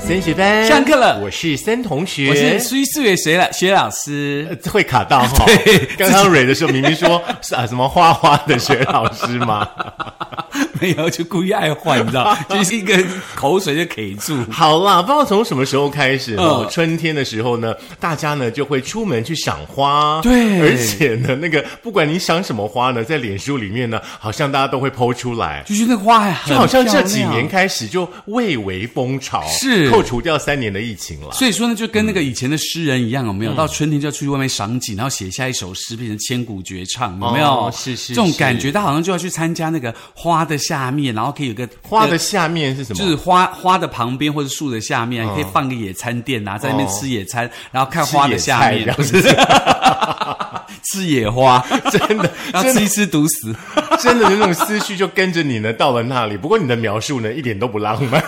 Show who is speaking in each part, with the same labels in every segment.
Speaker 1: 森学班
Speaker 2: 上课了
Speaker 1: 我是森同学，
Speaker 2: 我是 苏数学学老学老 师，
Speaker 1: 呃会卡到哈、
Speaker 2: 对
Speaker 1: 刚刚蕊的时候明明说是啊什么花花的学老师 嘛，
Speaker 2: 没有就故意爱换，你知 道，就是一个口水就 K 住。
Speaker 1: 好啦，不知道从什么时候开始哦，
Speaker 2: 嗯
Speaker 1: 春天的时候呢，大家呢就会出门去赏花，
Speaker 2: 对
Speaker 1: 而且呢，那个不管你赏什么花呢，在脸书里面呢，好像大家都会剖出来。
Speaker 2: 就是那花还很
Speaker 1: 就好像这
Speaker 2: 漂亮
Speaker 1: 几年，开始就蔚为风潮，
Speaker 2: 是
Speaker 1: 扣除掉三年的疫情了。
Speaker 2: 所以说呢，就跟那个以前的诗人一样，有没有？到春天就要出去外面赏景，然后写下一首诗，变成千古绝唱，有没有
Speaker 1: 哦？是是
Speaker 2: 这种
Speaker 1: 是
Speaker 2: 感觉，他好像就要去参加那个花的下面，然后可以有个
Speaker 1: 花的下面是什么？
Speaker 2: 就是 花花的旁边或者树的下面，可以放个野餐垫啊，在那边吃野餐，然后看花的下面，不
Speaker 1: 吃
Speaker 2: 是 吃野花，
Speaker 1: 真的，
Speaker 2: 然后
Speaker 1: 真
Speaker 2: 吃
Speaker 1: 的，
Speaker 2: 一吃毒死。
Speaker 1: 真的那种思绪就跟着你呢，到了那里。不过你的描述呢，一点都不浪漫。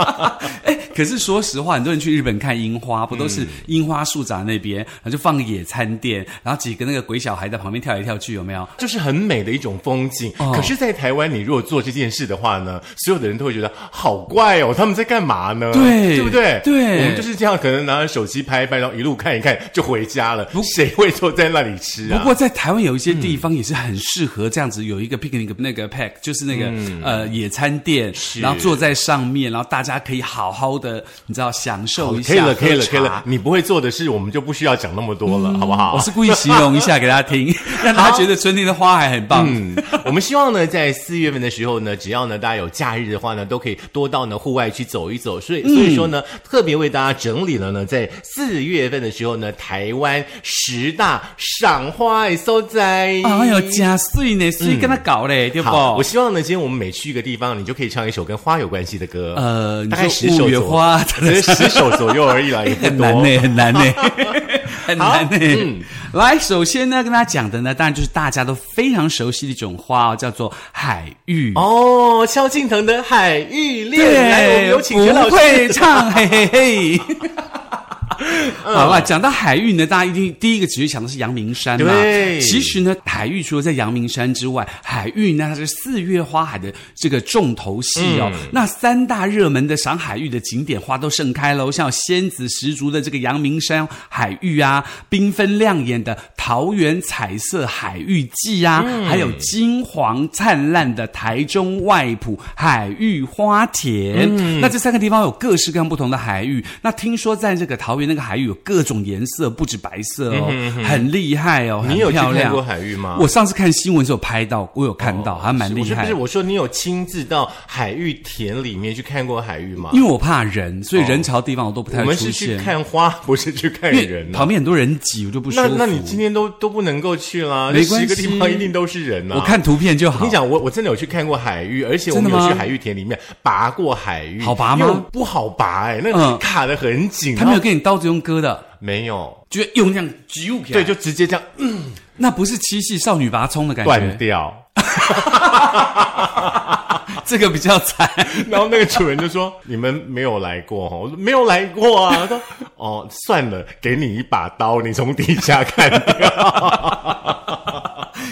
Speaker 2: 哎，可是说实话，很多人去日本看樱花，不都
Speaker 1: 嗯
Speaker 2: 是樱花树长那边，然后就放个野餐垫，然后几个那个鬼小孩在旁边跳来跳去，有没有？
Speaker 1: 就是很美的一种风景。
Speaker 2: 哦
Speaker 1: 可是，在台湾，你如果做这件事的话呢，所有的人都会觉得好怪哦，他们在干嘛呢？
Speaker 2: 对
Speaker 1: 对不对？
Speaker 2: 对
Speaker 1: 我们就是这样，可能拿着手机拍一拍，然后一路看一看就回家了。谁会坐在那里吃
Speaker 2: 不
Speaker 1: 啊？
Speaker 2: 过在台湾有一些地方也是很适合这样子，有一个 picnic 那个 pack，就是那个、
Speaker 1: 嗯
Speaker 2: 呃野餐垫，然后坐在上面，然后大家可以好好的，你知道享受一
Speaker 1: 哦
Speaker 2: 下。
Speaker 1: 可以了，可以了，
Speaker 2: 喝茶
Speaker 1: 可以了。。你不会做的事，我们就不需要讲那么多了，好不好？
Speaker 2: 我哦是故意形容一下给大家听，让大家觉得春天的花还很棒。
Speaker 1: 嗯， 我们希望呢，在四月份的时候呢，只要呢大家有假日的话呢，都可以多到呢户外去走一走。所以所以说呢，特别为大家整理了呢，在四月份的时候呢，台湾十大赏花的所在。
Speaker 2: 哎呦，假碎呢，碎跟他搞嘞，对
Speaker 1: 嗯
Speaker 2: 不？
Speaker 1: 好，我希望呢，今天我们每去一个地方，你就可以唱一首跟花有关系的歌。
Speaker 2: 呃，你
Speaker 1: 大概十
Speaker 2: 说
Speaker 1: 首
Speaker 2: 五月
Speaker 1: 左右
Speaker 2: 花，
Speaker 1: 可能十首左右而已啦，也不
Speaker 2: 很
Speaker 1: 多。
Speaker 2: 难呢、 很难呢、很难呢、
Speaker 1: 嗯
Speaker 2: 来，首先呢，跟大家讲的呢，当然就是大家都非常熟悉的一种花哦，叫做海芋。
Speaker 1: 哦，萧敬腾的《海芋恋》，来，我们
Speaker 2: 对，
Speaker 1: 有请陈老师。
Speaker 2: 不会唱，嘿嘿 嘿。好
Speaker 1: 嗯
Speaker 2: 吧，讲到海域呢，大家一定第一个直接想的是阳明山嘛。
Speaker 1: 对
Speaker 2: 其实呢，海域除了在阳明山之外，海域呢它是四月花海的这个重头戏
Speaker 1: 嗯
Speaker 2: 哦。那三大热门的赏海域的景点花都盛开喽，像有仙子十足的这个阳明山海域啊，缤纷亮眼的桃园彩色海域季啊，
Speaker 1: 嗯
Speaker 2: 还有金黄灿烂的台中外埔海域花田。
Speaker 1: 嗯
Speaker 2: 那这三个地方有各式各样不同的海域。那听说在这个桃园那个海域有各种颜色，不止白色哦，
Speaker 1: 嗯
Speaker 2: 很厉害哦，
Speaker 1: 你有
Speaker 2: 很
Speaker 1: 去
Speaker 2: 漂
Speaker 1: 看
Speaker 2: 亮
Speaker 1: 过。海芋吗？
Speaker 2: 我上次看新闻时候拍到，我有看到，还蛮厉
Speaker 1: 我说不
Speaker 2: 害
Speaker 1: 是，。我说你有亲自到海域田里面去看过海域吗？
Speaker 2: 因为我怕人，所以人潮地方我都不太
Speaker 1: 哦我
Speaker 2: 会
Speaker 1: 们
Speaker 2: 出
Speaker 1: 是去
Speaker 2: 现。
Speaker 1: 看花，不是去看
Speaker 2: 因为
Speaker 1: 人、啊。
Speaker 2: 旁边很多人挤，我就不舒
Speaker 1: 那
Speaker 2: 服。
Speaker 1: 那你今天都都不能够去啦，
Speaker 2: 没关系
Speaker 1: 这十个地方一定都是人啊。
Speaker 2: 我看图片就好。
Speaker 1: 跟你讲，我我真的有去看过海域，而且我们
Speaker 2: 真的
Speaker 1: 有
Speaker 2: 吗
Speaker 1: 去海域田里面拔过海域，
Speaker 2: 好拔吗
Speaker 1: 因为我不好拔哎、那个
Speaker 2: 嗯
Speaker 1: 卡的很紧。
Speaker 2: 他没
Speaker 1: 然
Speaker 2: 有
Speaker 1: 后
Speaker 2: 给你刀子用割的，
Speaker 1: 没有，
Speaker 2: 就用那样挤物给。
Speaker 1: 对，就直接这样嗯
Speaker 2: 那不是七系少女拔葱的感
Speaker 1: 断
Speaker 2: 觉，
Speaker 1: 掉。
Speaker 2: 这个比较惨。
Speaker 1: 然后那个主人就 说：“你们没有来过哦哈？”我说：“没有来过啊。”他说：“哦，算了，给你一把刀，你从底下看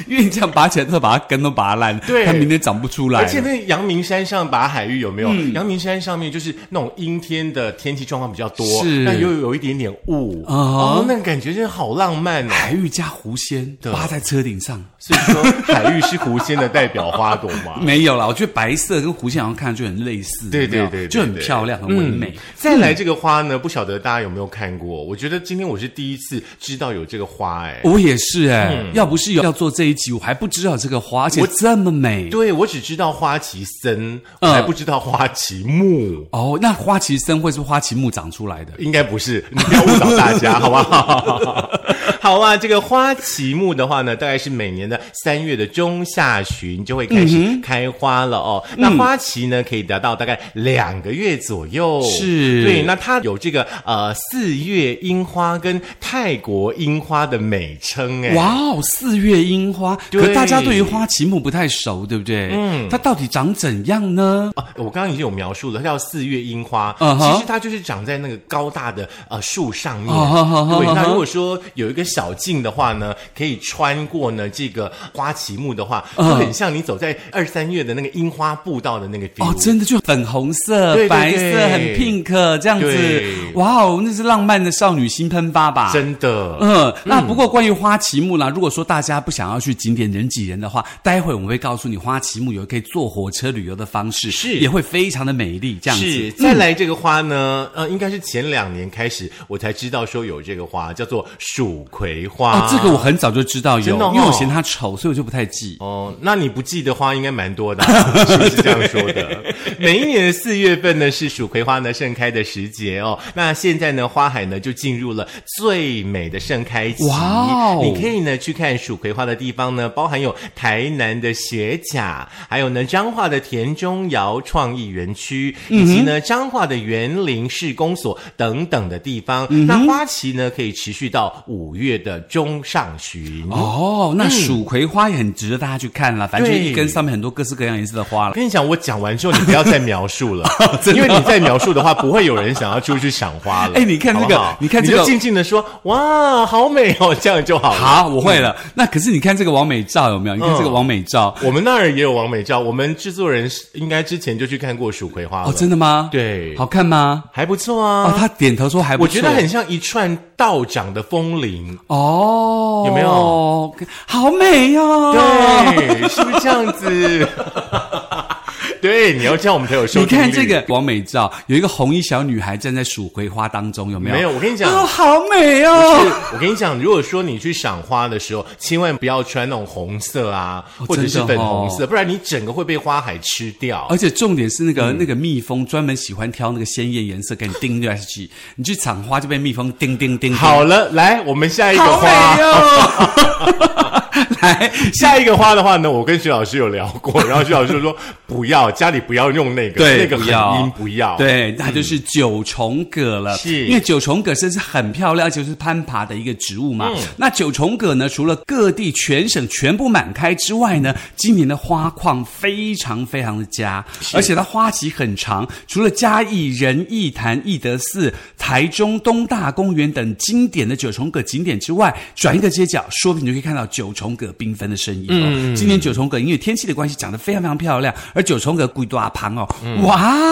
Speaker 2: 因为你这样拔起来，都把它根都拔烂，
Speaker 1: 对
Speaker 2: 它明天长不出来。嗯
Speaker 1: 而且那阳明山上拔海芋有没有？阳明山上面就是那种阴天的天气状况比较多，
Speaker 2: 是
Speaker 1: 但又有一点点雾，
Speaker 2: 啊
Speaker 1: 哦，那个感觉真的好浪漫 哦。
Speaker 2: 海芋加狐仙
Speaker 1: 对
Speaker 2: 扒在车顶上，
Speaker 1: 所以说，海芋是狐仙的代表花朵嘛。
Speaker 2: 没有啦。我觉得白色跟狐仙好像看上去很类似，
Speaker 1: 对对
Speaker 2: 有没有
Speaker 1: 对对
Speaker 2: 就很
Speaker 1: 对嗯
Speaker 2: 漂亮，很唯美。
Speaker 1: 再来这个花呢，不晓得大家有没有看过？我觉得今天我是第一次知道有这个花，哎，
Speaker 2: 我也是哎、
Speaker 1: 嗯
Speaker 2: 要不是有要做这一集，我还不知道这个花，而且这么美。
Speaker 1: 对，我只知道花旗参，我
Speaker 2: 嗯
Speaker 1: 还不知道花旗木。
Speaker 2: 哦，那花旗参会是花旗木长出来的？
Speaker 1: 应该不是，你不要误导大家，好不好？好啊，这个花旗木的话呢，大概是每年的三月的中下旬就会开始开花了哦。那花旗呢，可以达到大概两个月左右。
Speaker 2: 是
Speaker 1: 对，那它有这个呃四月樱花跟泰国樱花的美称哎。
Speaker 2: 哇哦，四月樱花，花，
Speaker 1: 对
Speaker 2: 可大家对于花旗木不太熟，对不对？嗯，它到底长怎样呢？
Speaker 1: 啊，我刚刚已经有描述了，它叫四月樱花。
Speaker 2: 嗯哼
Speaker 1: 其实它就是长在那个高大的呃树上面。
Speaker 2: 哦哼哼哼
Speaker 1: 对，
Speaker 2: 哼
Speaker 1: 那如果说有一个小径的话呢，可以穿过呢这个花旗木的话，就
Speaker 2: 嗯
Speaker 1: 很像你走在二三月的那个樱花步道的那个 feel。
Speaker 2: 哦，真的就粉红色、
Speaker 1: 对对对
Speaker 2: 白色，很 pink 这样子
Speaker 1: 对，
Speaker 2: 哇哦，那是浪漫的少女心喷发吧？
Speaker 1: 真的。
Speaker 2: 啊嗯，那不过关于花旗木啦，如果说大家不想要去景点人挤人的话，待会我们会告诉你花旗木有可以坐火车旅游的方式，
Speaker 1: 是
Speaker 2: 也会非常的美丽这样子。嗯
Speaker 1: 是，再来这个花呢，呃，应该是前两年开始我才知道说有这个花，叫做蜀葵花。
Speaker 2: 哦，这个我很早就知道有，
Speaker 1: 真的哦
Speaker 2: 因为我嫌它丑，所以我就不太记。
Speaker 1: 哦，那你不记的花应该蛮多的啊、 是不是这样说的？每一年的四月份呢是蜀葵花呢盛开的时节哦。那现在呢，花海呢就进入了最美的盛开期。
Speaker 2: 哇哦
Speaker 1: 你可以呢去看蜀葵花的地方呢，包含有台南的斜甲，还有呢彰化的田中窑创意园区，
Speaker 2: 嗯
Speaker 1: 以及呢彰化的园林市公所等等的地方。
Speaker 2: 嗯
Speaker 1: 那花期呢可以持续到五月的中上旬。
Speaker 2: 哦，
Speaker 1: 嗯
Speaker 2: 那蜀葵花也很值得大家去看啦，反正就是一根上面很多各式各样颜色的花
Speaker 1: 我
Speaker 2: 了。
Speaker 1: 跟你讲，我讲完之后，你不要再描述 了，
Speaker 2: 哦真的
Speaker 1: 因为你再描述的话，不会有人想要出去赏花了。
Speaker 2: 哎你看这个
Speaker 1: 好不好
Speaker 2: 你看这个
Speaker 1: 你就静静的说，哇，好美哦，这样就好了。
Speaker 2: 好，我会了。那可是你看这个王美照有没有？你看这个
Speaker 1: 嗯
Speaker 2: 王美照，哦
Speaker 1: 我们那儿也有王美照，我们制作人是应该之前就去看过蜀葵花了，
Speaker 2: 哦，真的吗？，
Speaker 1: 对，
Speaker 2: 好看吗？
Speaker 1: 还不错啊。
Speaker 2: 哦，他点头说还不
Speaker 1: 我
Speaker 2: 错。
Speaker 1: 觉得很像一串道长的风铃，
Speaker 2: 哦，
Speaker 1: 有没有？
Speaker 2: 好美哦！
Speaker 1: 对，是不是这样子？ 对，你要这样我们才有收
Speaker 2: 你
Speaker 1: 听率。
Speaker 2: 看这个王美照，有一个红衣小女孩站在蜀葵花当中，有没有？
Speaker 1: 没有，我跟你讲，
Speaker 2: 哦，好美 哦！
Speaker 1: 是我跟你讲，如果说你去赏花的时候，千万不要穿那种红色啊，
Speaker 2: 哦
Speaker 1: 或者是
Speaker 2: 真的
Speaker 1: 粉
Speaker 2: 哦哎
Speaker 1: 红色，不然你整个会被花海吃掉。
Speaker 2: 而且重点是那
Speaker 1: 嗯
Speaker 2: 个、那个蜜蜂专门喜欢挑那个鲜艳颜色给你叮下去，你去赏花就被蜜蜂叮叮叮。叮，
Speaker 1: 好了，来，我们下一个
Speaker 2: 好美啊
Speaker 1: 花。
Speaker 2: 哦！哎 来，
Speaker 1: 下一个花的话呢，我跟徐老师有聊 过，然后徐老师说不要，家里不要用那个，
Speaker 2: 对
Speaker 1: 那个
Speaker 2: 不要
Speaker 1: 很阴，不要。，
Speaker 2: 对，它就是九重葛了。
Speaker 1: 是
Speaker 2: 因为九重葛真是很漂亮，而且是攀爬的一个植物嘛。
Speaker 1: 嗯
Speaker 2: 那九重葛呢，除了各地全省全部满开之外呢，今年的花况非常非常的佳，而且它花期很长，除了嘉义仁义坛、义德寺、台中东大公园等经典的九重葛景点之外，转一个街角，说不定你就可以看到九重葛缤纷的身影哦。
Speaker 1: 嗯
Speaker 2: 今年九重葛因为天气的关系，长得非常非常漂亮，而九重葛贵多阿旁哦，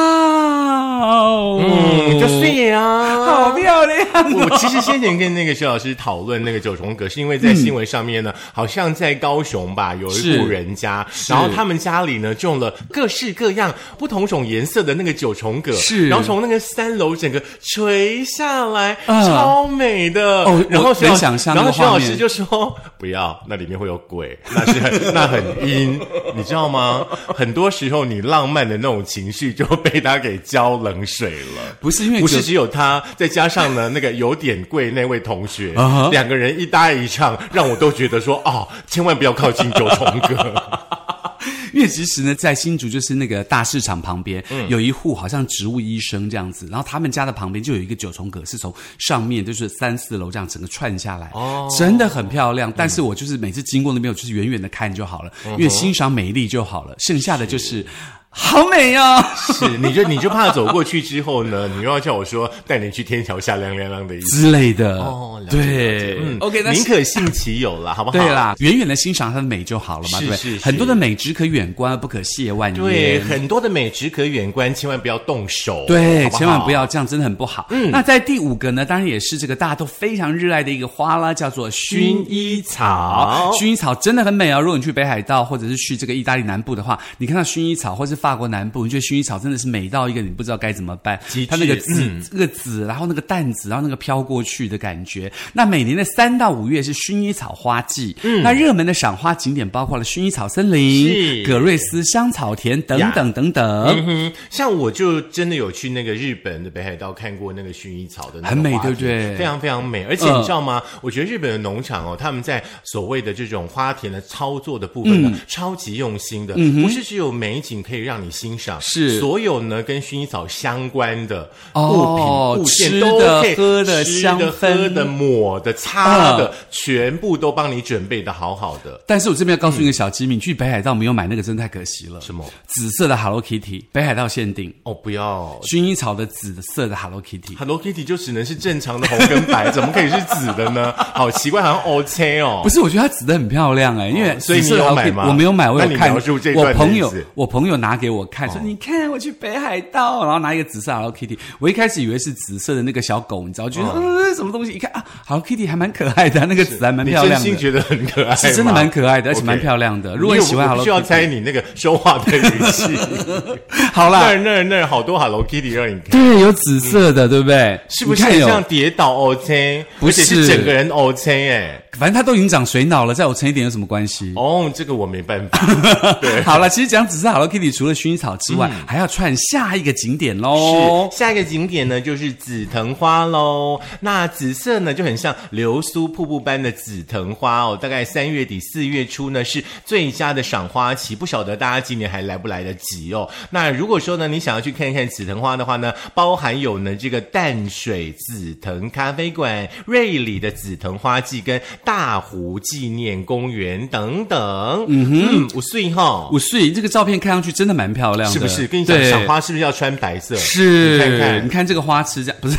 Speaker 2: 哇哦，
Speaker 1: 嗯，就碎啊，
Speaker 2: 好漂亮 哦。
Speaker 1: 我其实先前跟那个徐老师讨论那个九重葛，是因为在新闻上面呢，好像在高雄吧，有一
Speaker 2: 嗯是
Speaker 1: 户人家，然后他们家里呢种了各式各样不同种颜色的那个九重葛，
Speaker 2: 是
Speaker 1: 然后从那个三楼整个垂下来，
Speaker 2: 嗯
Speaker 1: 超美的。
Speaker 2: 哦
Speaker 1: 然后
Speaker 2: 我
Speaker 1: 徐老
Speaker 2: 能想象
Speaker 1: 然后
Speaker 2: 那个
Speaker 1: 徐老
Speaker 2: 画
Speaker 1: 师
Speaker 2: 面
Speaker 1: 就说不要，那里面会有鬼，那是很那很阴，你知道吗？很多时候你浪漫的那种情绪就被他给浇冷水了。
Speaker 2: 不是因 为
Speaker 1: 不
Speaker 2: 九
Speaker 1: 是只有他，再加上呢那个有点贵那位同学
Speaker 2: 啊哈，
Speaker 1: 两个人一搭一唱，让我都觉得说哦，千万不要靠近九重 哥。
Speaker 2: 因为其实呢，在新竹就是那个大市场旁边，有一户好像植物医生这样子，然后他们家的旁边就有一个九重葛，是从上面就是三四楼这样整个串下来，哦，嗯真的很漂亮。但是我就是每次经过那边，我就是远远的看就好了，因为欣赏美丽就好了，剩下的嗯就是好美哦。
Speaker 1: 是，你就你就怕走过去之后呢，你又要叫我说带你去天桥下凉凉凉的意思。
Speaker 2: 之类的
Speaker 1: 哦了解
Speaker 2: 对，嗯，OK，那
Speaker 1: 宁可信其有了，好不好？
Speaker 2: 对。啦，远远的欣赏它的美就好了
Speaker 1: 是
Speaker 2: 嘛，对不
Speaker 1: 是
Speaker 2: 对？
Speaker 1: 是
Speaker 2: 很多的美只可远观，而不可亵玩焉。
Speaker 1: 对，很多的美只可远观，千万不要动手。
Speaker 2: 对，
Speaker 1: 好好
Speaker 2: 千万不。要这样，真的很不好。嗯，那在第五个呢，当然也是这个大家都非常热爱的一个花啦，叫做薰
Speaker 1: 薰
Speaker 2: 衣。
Speaker 1: 衣草，
Speaker 2: 薰衣草真的很美哦！如果你去北海道或者是去这个意大利南部的话，你看到薰衣草或是法国南部，你觉得薰衣草真的是美到一个你不知道该怎么办
Speaker 1: 极致。
Speaker 2: 它那个籽、那个籽，然后那个淡子，然后那个飘过去的感觉。那每年的三到五月是薰衣草花季，嗯，那热门的赏花景点包括了薰衣草森
Speaker 1: 是
Speaker 2: 林、葛瑞斯香草田等
Speaker 1: 呀
Speaker 2: 等等等。
Speaker 1: 嗯哼，像我就真的有去那个日本的北海道看过那个薰衣草的那个
Speaker 2: 很美
Speaker 1: 花田
Speaker 2: 对不对
Speaker 1: 非常非常美，而且你知道吗？我觉得日本的农场哦，他们在
Speaker 2: 嗯
Speaker 1: 所谓的这种花田的操作的部分呢，超级用心的，不是只有美景可以让让你欣赏，
Speaker 2: 是
Speaker 1: 所有呢跟薰衣草相关的物品、
Speaker 2: 哦
Speaker 1: 物件
Speaker 2: 吃
Speaker 1: 都
Speaker 2: 的
Speaker 1: 可以，
Speaker 2: 喝的
Speaker 1: 吃
Speaker 2: 香
Speaker 1: 的、喝
Speaker 2: 氛
Speaker 1: 的、抹的、擦的，
Speaker 2: 嗯
Speaker 1: 全部都帮你准备的好好的。
Speaker 2: 但是我这边要告诉你
Speaker 1: 嗯
Speaker 2: 一个小机密，去北海道没有买那个真的太可惜了。
Speaker 1: 什么？
Speaker 2: 紫色的 Hello Kitty，北海道限定，
Speaker 1: 哦，不要
Speaker 2: 薰衣草的紫色的 Hello Kitty。
Speaker 1: ，Hello Kitty 就只能是正常的红跟白，怎么可以是紫的 呢？好奇怪，好像 OK 哦。
Speaker 2: 不是，我觉得它紫的很漂亮哎、因为
Speaker 1: 哦所以你
Speaker 2: 紫色的
Speaker 1: 有
Speaker 2: Hello
Speaker 1: 买
Speaker 2: Kitty-
Speaker 1: 吗
Speaker 2: 我没有买，我
Speaker 1: 那你
Speaker 2: 有看
Speaker 1: 描述这。段
Speaker 2: 我
Speaker 1: 的
Speaker 2: 朋
Speaker 1: 意
Speaker 2: 友
Speaker 1: 思，哦
Speaker 2: 我朋友拿给我看，说你看我去北海道，然后拿一个紫色 Hello Kitty。我一开始以为是紫色的那个小狗，你知道，觉得、
Speaker 1: 哦
Speaker 2: 呃什么东西，一看啊，Hello Kitty 还蛮可爱的，那个紫还蛮
Speaker 1: 你
Speaker 2: 漂
Speaker 1: 真
Speaker 2: 亮
Speaker 1: 心
Speaker 2: 的。
Speaker 1: 觉得很可爱吗，
Speaker 2: 是真的蛮可爱的，而且
Speaker 1: OK
Speaker 2: 蛮漂亮的。如果你喜欢
Speaker 1: 我不
Speaker 2: Hello
Speaker 1: 需要
Speaker 2: Kitty，
Speaker 1: 猜你那个说话的语气。 那
Speaker 2: 好啦
Speaker 1: 儿，那儿那儿好多 Hello Kitty 让你看，
Speaker 2: 对，有紫色的，对不对？
Speaker 1: 是不是
Speaker 2: 你看
Speaker 1: 很
Speaker 2: 有
Speaker 1: 像跌倒 OK？
Speaker 2: 不
Speaker 1: 而且是
Speaker 2: 是
Speaker 1: 整个人 OK 哎。
Speaker 2: 反正他都已经长水脑了，再我沉一点有什么关系？
Speaker 1: 哦，这个我没办法。
Speaker 2: 好了，其实讲紫色 Hello Kitty 除了薰衣草之外，还要串下一个景点喽。
Speaker 1: 嗯是下一个景点呢，就是紫藤花喽。那紫色呢，就很像流苏瀑布般的紫藤花哦。大概三月底四月初呢，是最佳的赏花期，不晓得大家今年还来不来得及哦。那如果说呢，你想要去看一看紫藤花的话呢，包含有呢这个淡水紫藤咖啡馆、瑞里的紫藤花季跟大湖纪念公园等等。嗯哼，五岁哈。
Speaker 2: 五岁这个照片看上去真的蛮漂亮的，
Speaker 1: 是不是？跟你讲，
Speaker 2: 对
Speaker 1: 赏花是不是要穿白色？
Speaker 2: 是，
Speaker 1: 你看看
Speaker 2: 你，看这个花痴这样，不是，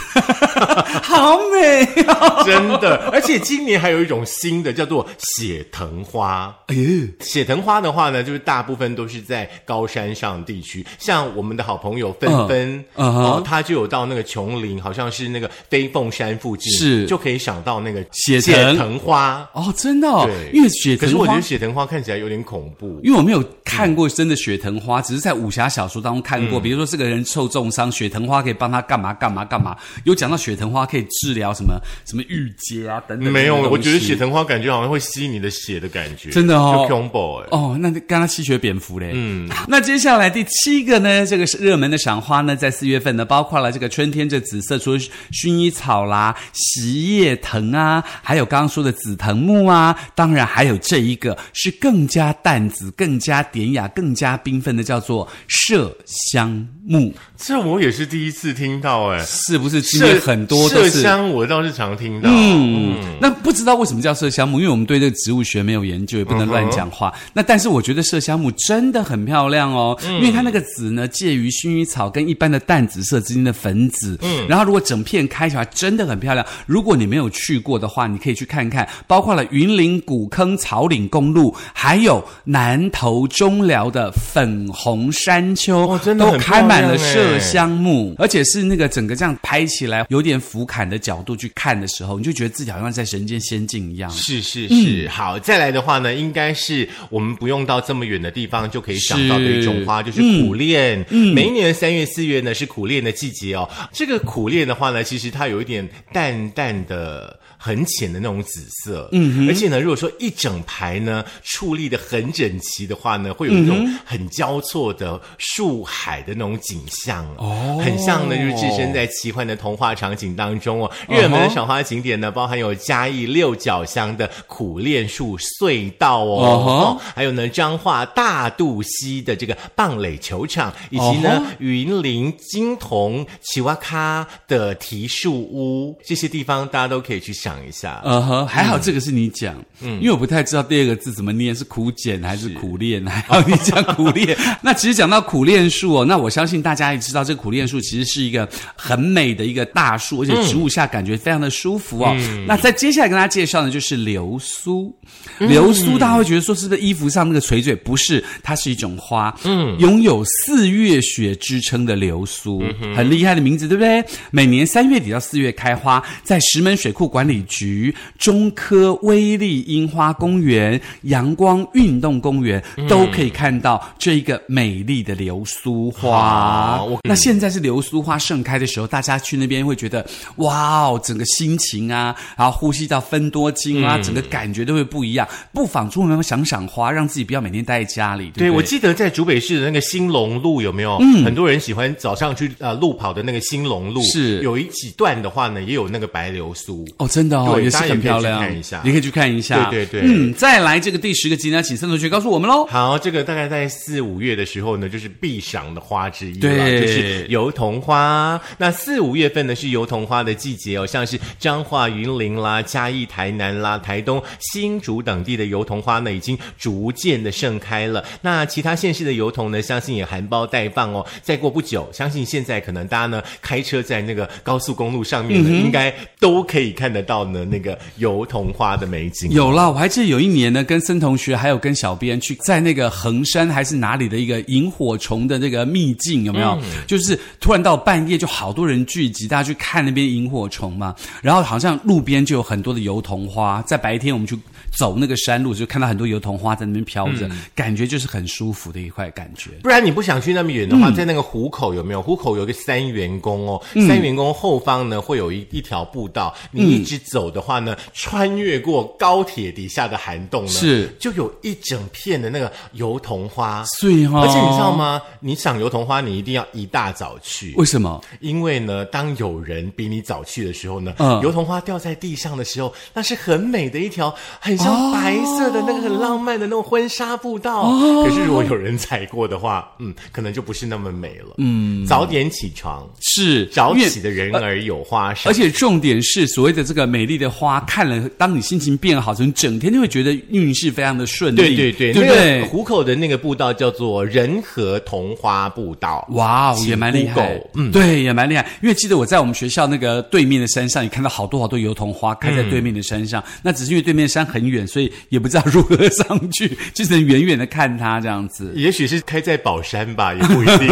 Speaker 2: 好美哦！
Speaker 1: 真的，而且今年还有一种新的叫做血藤花。
Speaker 2: 哎呦，
Speaker 1: 血藤花的话呢，就是大部分都是在高山上地区，像我们的好朋友纷纷，
Speaker 2: 嗯嗯哼
Speaker 1: 哦，他就有到那个琼林，好像是那个飞凤山附近，
Speaker 2: 是
Speaker 1: 就可以赏到那个
Speaker 2: 血藤
Speaker 1: 藤花。
Speaker 2: 哦，真的哦
Speaker 1: 对，
Speaker 2: 因为雪
Speaker 1: 可是
Speaker 2: 藤
Speaker 1: 我觉
Speaker 2: 花
Speaker 1: 得。血藤花看起来有点恐怖。
Speaker 2: 因为我没有看过真的雪藤
Speaker 1: 嗯
Speaker 2: 花，只是在武侠小说当中看过。比如说，这个人受重伤，雪藤花可以帮他干嘛干嘛干嘛。有讲到雪藤花可以治疗什么什么郁结啊等等。
Speaker 1: 没有，
Speaker 2: 等等
Speaker 1: 我
Speaker 2: 东西
Speaker 1: 觉得血藤花感觉好像会吸你的血的感觉，
Speaker 2: 真的哦
Speaker 1: 就 combo 哎、
Speaker 2: 哦，那刚刚吸血蝙蝠嘞。嗯，那接下来第七个呢，这个是热门的赏花呢，在四月份呢，包括了这个春天这紫色，除了薰衣草啦、洗叶藤啊，还有刚刚说的紫藤木啊，当然还有这一个是更加淡紫、更加典雅、更加缤纷的，叫做麝香木，
Speaker 1: 这我也是第一次听到哎、
Speaker 2: 是不是？今天很多都
Speaker 1: 麝
Speaker 2: 是。
Speaker 1: 香我倒是常听到，
Speaker 2: 嗯，那不知道为什么叫麝香木，因为我们对这个植物学没有研究，也不能乱讲
Speaker 1: 嗯
Speaker 2: 话。那但是我觉得麝香木真的很漂亮哦，因为它那个紫呢介于薰衣草跟一般的淡紫色之间的粉紫，嗯，然后如果整片开起来真的很漂亮。如果你没有去过的话，你可以去看看，包括了云林古坑草岭公路，还有南投中寮的粉红山丘，
Speaker 1: 哦真的很
Speaker 2: 都开满了
Speaker 1: 漂亮哎
Speaker 2: 麝香。香木，而且是那个整个这样拍起来有点俯瞰的角度去看的时候，你就觉得自己好像在人间仙境一样。
Speaker 1: 是是是，好，再来的话呢，应该是我们不用到这么远的地方就可以想到的一种花，就是苦楝。嗯，每一年的三月、四月呢是苦楝的季节哦。这个苦楝的话呢，其实它有一点淡淡的。很浅的那种紫色，嗯，而且呢，如果说一整排呢矗立的很整齐的话呢，会有一种很交错的树海的那种景象哦，很像呢，就是置身在奇幻的童话场景当中哦。热门的
Speaker 2: 嗯哼
Speaker 1: 赏花景点呢，包含有嘉义六角乡的苦楝树隧道哦，
Speaker 2: 嗯哼
Speaker 1: 哦还有呢彰化大肚溪的这个棒垒球场，以及呢、
Speaker 2: 嗯
Speaker 1: 云林金铜奇瓦卡的提树屋，这些地方大家都可以去想一下。
Speaker 2: 呃呵，还好这个是你讲，因为我不太知道第二个字怎么念，是苦碱还是苦练？还好你讲苦练。 那其实讲到苦练树哦，那我相信大家也知道，这个苦练树其实是一个很美的一个大树，而且植物下感觉非常的舒服哦。那在接下来跟大家介绍的就是流苏，流苏大家会觉得说是不是衣服上那个垂坠？不是，它是一种花，嗯，拥有四月雪之称的流苏，
Speaker 1: 嗯
Speaker 2: 很厉害的名字，对不对？每年三月底到四月开花，在石门水库管理局、中科威力樱花公园、阳光运动公园、都
Speaker 1: 嗯
Speaker 2: 可以看到这一个美丽的流苏花
Speaker 1: 好我。
Speaker 2: 那现在是流苏花盛开的时候，大家去那边会觉得哇哦，整个心情啊，然后呼吸到芬多精
Speaker 1: 嗯
Speaker 2: 啊，整个感觉都会不一样。不妨出门赏赏花，让自己不要每天待在家里。
Speaker 1: 对，
Speaker 2: 对不嗯
Speaker 1: 我
Speaker 2: 对
Speaker 1: 记得在竹北市的那个兴隆路有没有？很多人喜欢早上去呃路跑的那个兴隆路，
Speaker 2: 是
Speaker 1: 有一几段的话呢，也有那个白流苏。
Speaker 2: 哦，真的哦，
Speaker 1: 对
Speaker 2: 也是
Speaker 1: 大家也
Speaker 2: 很
Speaker 1: 可以
Speaker 2: 漂
Speaker 1: 去
Speaker 2: 亮，
Speaker 1: 看一下
Speaker 2: 你可以去看一下。
Speaker 1: 对对对
Speaker 2: 嗯，再来这个第十个景点，请圣同学告诉我们喽。
Speaker 1: 好，这个大概在四五月的时候呢，就是必赏的花之一啦，
Speaker 2: 对
Speaker 1: 就是油桐花。那四五月份呢是油桐花的季节哦，像是彰化、云林啦、嘉义、台南啦、台东、新竹等地的油桐花呢，已经逐渐的盛开了。那其他县市的油桐呢，相信也含苞待放哦。再过不久，相信现在可能大家呢开车在那个高速公路上面呢，应该都可以看得到呢那个油桐花的美景。
Speaker 2: 有啦，我还记得有一年呢，跟森同学还有跟小编去在那个衡山还是哪里的一个萤火虫的那个秘境，有没有？
Speaker 1: 嗯
Speaker 2: 就是突然到半夜就好多人聚集，大家去看那边萤火虫嘛。然后好像路边就有很多的油桐花，在白天我们去走那个山路，就看到很多油桐花在那边飘着，
Speaker 1: 嗯
Speaker 2: 感觉就是很舒服的一块感觉。
Speaker 1: 不然你不想去那么远的话，在那个湖口有没有？湖口有一个三元宫哦，三元宫后方呢会有一一条步道，你一直走的话呢，穿越过高铁底下的涵洞呢，
Speaker 2: 是
Speaker 1: 就有一整片的那个油桐花。
Speaker 2: 所以哈、
Speaker 1: 而且你知道？吗？你赏油桐花，你一定要一大早去，
Speaker 2: 为什么？
Speaker 1: 因为呢，当有人比你早去的时候呢，
Speaker 2: 嗯
Speaker 1: 油桐花掉在地上的时候，那是很美的一条，很像白色的那个很浪漫的那种婚纱步道。
Speaker 2: 哦
Speaker 1: 可是如果有人踩过的话，嗯，可能就不是那么美了。嗯，早点起床，
Speaker 2: 是
Speaker 1: 早
Speaker 2: 因为
Speaker 1: 起的人儿有花赏。
Speaker 2: 而且重点是，所谓的这个美丽的花，看了，当你心情变好，你整天就会觉得运势非常的顺利。
Speaker 1: 对对对，
Speaker 2: 对不
Speaker 1: 那个
Speaker 2: 对？
Speaker 1: 虎口的那个步道叫做仁和桐花步道。
Speaker 2: 哇哦，
Speaker 1: 请
Speaker 2: 也蛮厉害
Speaker 1: Google，，
Speaker 2: 嗯，对，也蛮厉害。因为记得我在我们学校那个对面的山上，也看到好多好多油桐花开在对面的山上。那只是因为对面山很远，所以也不知道如何上去，就只能远远的看它这样子。
Speaker 1: 也许是开在宝山吧，也不一定。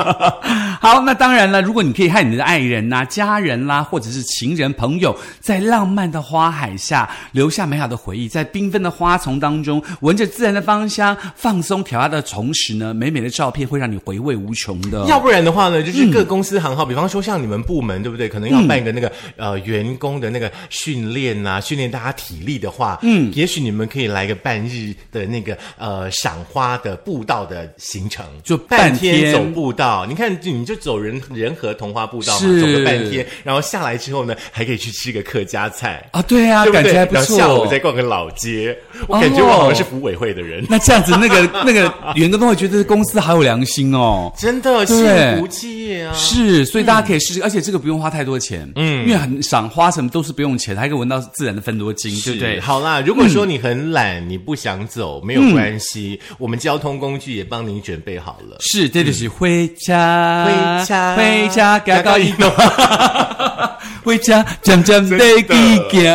Speaker 2: 好，那当然了，如果你可以和你的爱人呐、家人啦、或者是情人、朋友，在浪漫的花海下留下美好的回忆，在缤纷的花丛当中，闻着自然的芳香，放松调压的同时呢，美美的照片会让你回味无穷的。
Speaker 1: 要不然的话呢，就是各公司行号，比方说像你们部门，对不对？可能要办一个
Speaker 2: 嗯
Speaker 1: 那个、呃员工的那个训练啊，训练大家体力的话，嗯，也许你们可以来个半日的那个呃赏花的步道的行程，
Speaker 2: 就
Speaker 1: 半
Speaker 2: 半天
Speaker 1: 走步道。你看，你就走仁仁和桐花步道嘛，
Speaker 2: 是
Speaker 1: 走个半天，然后下来之后呢，还可以去吃个客家菜。
Speaker 2: 啊，对啊，
Speaker 1: 对不
Speaker 2: 感
Speaker 1: 对？
Speaker 2: 觉还不
Speaker 1: 然后
Speaker 2: 错。
Speaker 1: 下午再逛个老街，我
Speaker 2: 哦
Speaker 1: 感觉我好像是服委会的人。
Speaker 2: 那这样子，那个那个员工都会觉得公司好有良心哦。
Speaker 1: 真的
Speaker 2: 对
Speaker 1: 幸福企业啊！
Speaker 2: 是，所以大家可以
Speaker 1: 嗯
Speaker 2: 试试，而且这个不用花太多钱，嗯，因为很赏花什么都是不用钱，还可以闻到自然的芬多精，对不对？
Speaker 1: 好啦，如果说你很懒，你不想走，没有关系，
Speaker 2: 嗯
Speaker 1: 我们交通工具也帮您准备好了。
Speaker 2: 是，这就是回家，
Speaker 1: 嗯回家
Speaker 2: 回家，加高一
Speaker 1: 加
Speaker 2: 回家，渐渐地去行。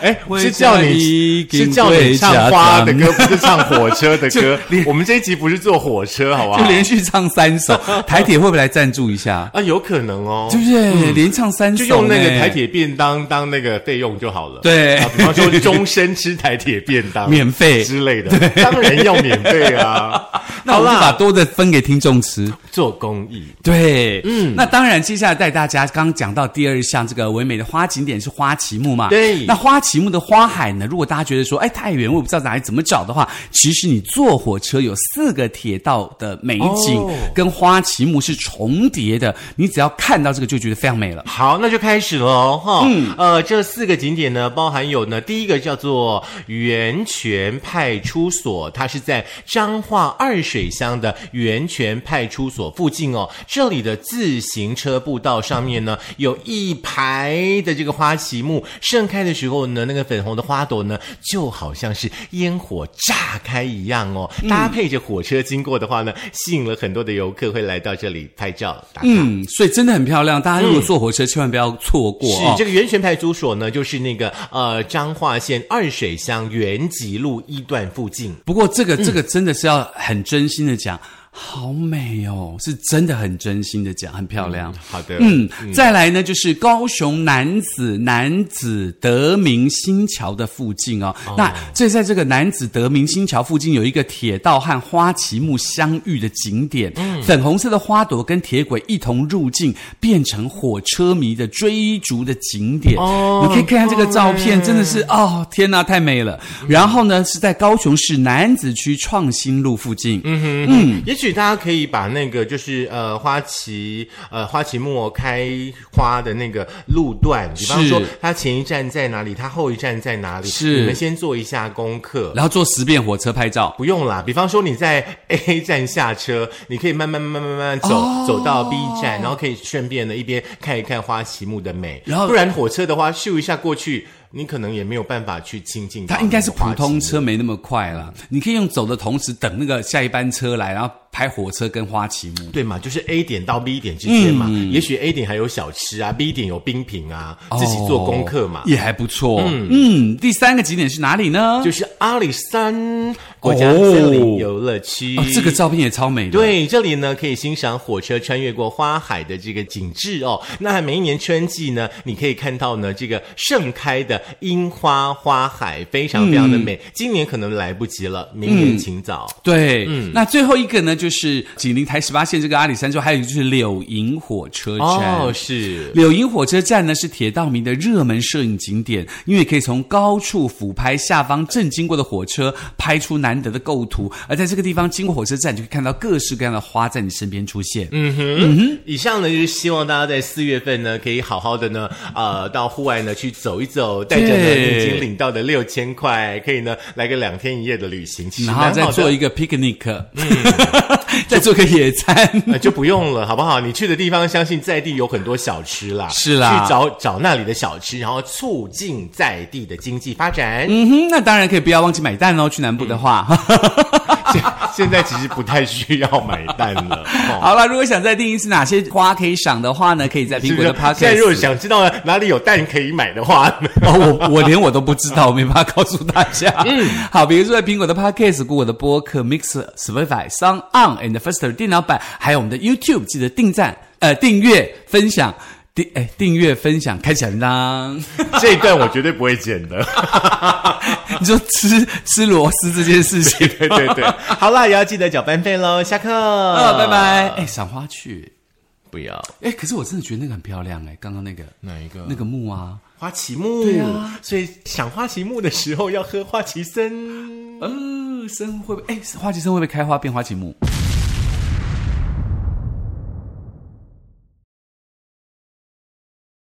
Speaker 1: 哎，是叫你是叫你唱花的，歌，不是唱火车 的 歌。我们这一集不是坐火车，好不好
Speaker 2: 就？连续唱三 首。台铁会不会来赞助一下？
Speaker 1: 啊，有可能哦，
Speaker 2: 对不对？连唱三首
Speaker 1: 就
Speaker 2: 呢，
Speaker 1: 用那个台铁便当当那个费用就好了。
Speaker 2: 对
Speaker 1: 啊比方说终身吃台铁便当，
Speaker 2: 免费。
Speaker 1: 之类的，当然要免费啊。
Speaker 2: 那
Speaker 1: 好
Speaker 2: 我们就把
Speaker 1: 啦，
Speaker 2: 多的分给听众吃。
Speaker 1: 做公益。
Speaker 2: 对，嗯，那当然，接下来带大家刚刚讲到第二项这个唯美的花景点是花旗木嘛？
Speaker 1: 对
Speaker 2: 那花旗木的花海呢？如果大家觉得说，哎，太远，我也不知道哪里怎么找的话，其实你坐火车有四个铁道的美景、
Speaker 1: 哦
Speaker 2: 跟花旗木是重叠的，你只要看到这个就觉得非常 美了。
Speaker 1: 好，那就开始喽，哈。嗯，呃，这四个景点呢，包含有呢，第一个叫做源泉派出所，它是在彰化二水乡的源泉派出所附近哦。这里的自行车步道上面呢，有一排的这个花旗木，盛开的时候呢，那个粉红的花朵呢，就好像是烟火炸开一样哦。搭配着火车经过的话呢，吸引了很多的游客会来到这里拍照打卡。
Speaker 2: 嗯，所以真的很漂亮，大家如果坐火车千万不要错过
Speaker 1: 是
Speaker 2: 哦。
Speaker 1: 这个源泉派出所呢，就是那个呃彰化县二水乡原吉路一段附近。
Speaker 2: 不过这个
Speaker 1: 嗯
Speaker 2: 这个真的是要很真心的讲，好美哦，是真的很真心的讲，很漂亮。
Speaker 1: 好的，
Speaker 2: 嗯，再来呢，就是高雄男子男子德明新桥的附近哦。那这在这个男子德明新桥附近有一个铁道和花旗木相遇的景点，粉红色的花朵跟铁轨一同入境，变成火车迷的追逐的景点。
Speaker 1: 哦
Speaker 2: 你可以看看这个照片，
Speaker 1: 对
Speaker 2: 真的是哦，天呐，太嗯美了。然后呢，是在高雄市南子区创新路附近。嗯哼。
Speaker 1: 嗯，也许许大家可以把那个就是呃花旗呃花旗木开花的那个路段，比方
Speaker 2: 是
Speaker 1: 说它前一站在哪里，它后一站在哪里，
Speaker 2: 是
Speaker 1: 你们先做一下功课。
Speaker 2: 然后坐十遍火车拍照。
Speaker 1: 不用啦，比方说你在 A 站下车，你可以慢慢慢慢慢慢走、
Speaker 2: 哦
Speaker 1: 走到 B 站，然后可以顺便的一边看一看花旗木的美。
Speaker 2: 然后
Speaker 1: 不然火车的话，咻一下过去，你可能也没有办法去亲近到
Speaker 2: 它应该是
Speaker 1: 那个花
Speaker 2: 普通
Speaker 1: 旗
Speaker 2: 车，没那么快了。你可以用走的同时等那个下一班车来，然后拍火车跟花旗木。
Speaker 1: 对嘛，就是 A 点到 B 点之间嘛，
Speaker 2: 嗯
Speaker 1: 也许 A 点还有小吃啊，B 点有冰品啊，自己做功课嘛。
Speaker 2: 哦也还不错。嗯第三个景点是哪里呢？
Speaker 1: 就是阿里山国家
Speaker 2: 哦
Speaker 1: 森林游乐区、
Speaker 2: 哦、这个照片也超美的。，
Speaker 1: 对，这里呢可以欣赏火车穿越过花海的这个景致哦。那每一年春季呢，你可以看到呢这个盛开的樱花花海，非常非常
Speaker 2: 嗯
Speaker 1: 的美。今年可能来不及了，明年请早。
Speaker 2: 对，
Speaker 1: 嗯
Speaker 2: 那最后一个呢，就是紧邻台十八线这个阿里山之后，还有一个就是柳营火车站。
Speaker 1: 哦，是。
Speaker 2: 柳营火车站呢是铁道迷的热门摄影景点，因为可以从高处俯拍下方正经过的火车，拍出难得的构图。而在这个地方经过火车站，就可以看到各式各样的花在你身边出现。嗯，
Speaker 1: 以上呢就是希望大家在四月份呢可以好好的呢，呃，到户外呢去走一走，带着呢
Speaker 2: 对
Speaker 1: 已经领到的六千块，可以呢来个两天一夜的旅行，其实
Speaker 2: 然后
Speaker 1: 蛮
Speaker 2: 再
Speaker 1: 好
Speaker 2: 做
Speaker 1: 的。嗯
Speaker 2: 一个 picnic，、再 做个野餐。
Speaker 1: 呃，就不用了，好不好？你去的地方，相信在地有很多小吃啦，
Speaker 2: 是啦
Speaker 1: 去找找那里的小吃，然后促进在地的经济发展。
Speaker 2: 嗯哼，那当然可以不要忘记买蛋哦，去南部的话。
Speaker 1: 嗯现现在其实不太需要买单了。哦
Speaker 2: 好了，如果想再定义是哪些花可以赏的话呢，可以在 苹
Speaker 1: 是不
Speaker 2: 果
Speaker 1: 是
Speaker 2: 的 Podcast。
Speaker 1: 现在如果想知道哪里有蛋可以买的话 呢，
Speaker 2: 哦，我我连我都不知道，我没办法告诉大家。嗯，好，比如说在苹果的 Podcast、谷歌的播客、Mix、Spotify、s o n On and Firster 电脑版，还有我们的 YouTube，记得订赞、呃订阅、分享。订哎，订阅、分享、开小铃铛，
Speaker 1: 这一段我绝对不会剪的。
Speaker 2: 你说吃吃螺丝这件 事情，
Speaker 1: 对对对，好啦，也要记得缴班费喽。下课，
Speaker 2: 呃，拜拜。哎，赏花去，
Speaker 1: 不要
Speaker 2: 哎，可是我真的觉得那个很漂亮哎，刚刚那个
Speaker 1: 哪一个
Speaker 2: 那个啊木啊，
Speaker 1: 花旗木，所以赏花旗木的时候要喝花旗参。
Speaker 2: 哦呃，生会不会哎，花旗参会不会开花变花旗木？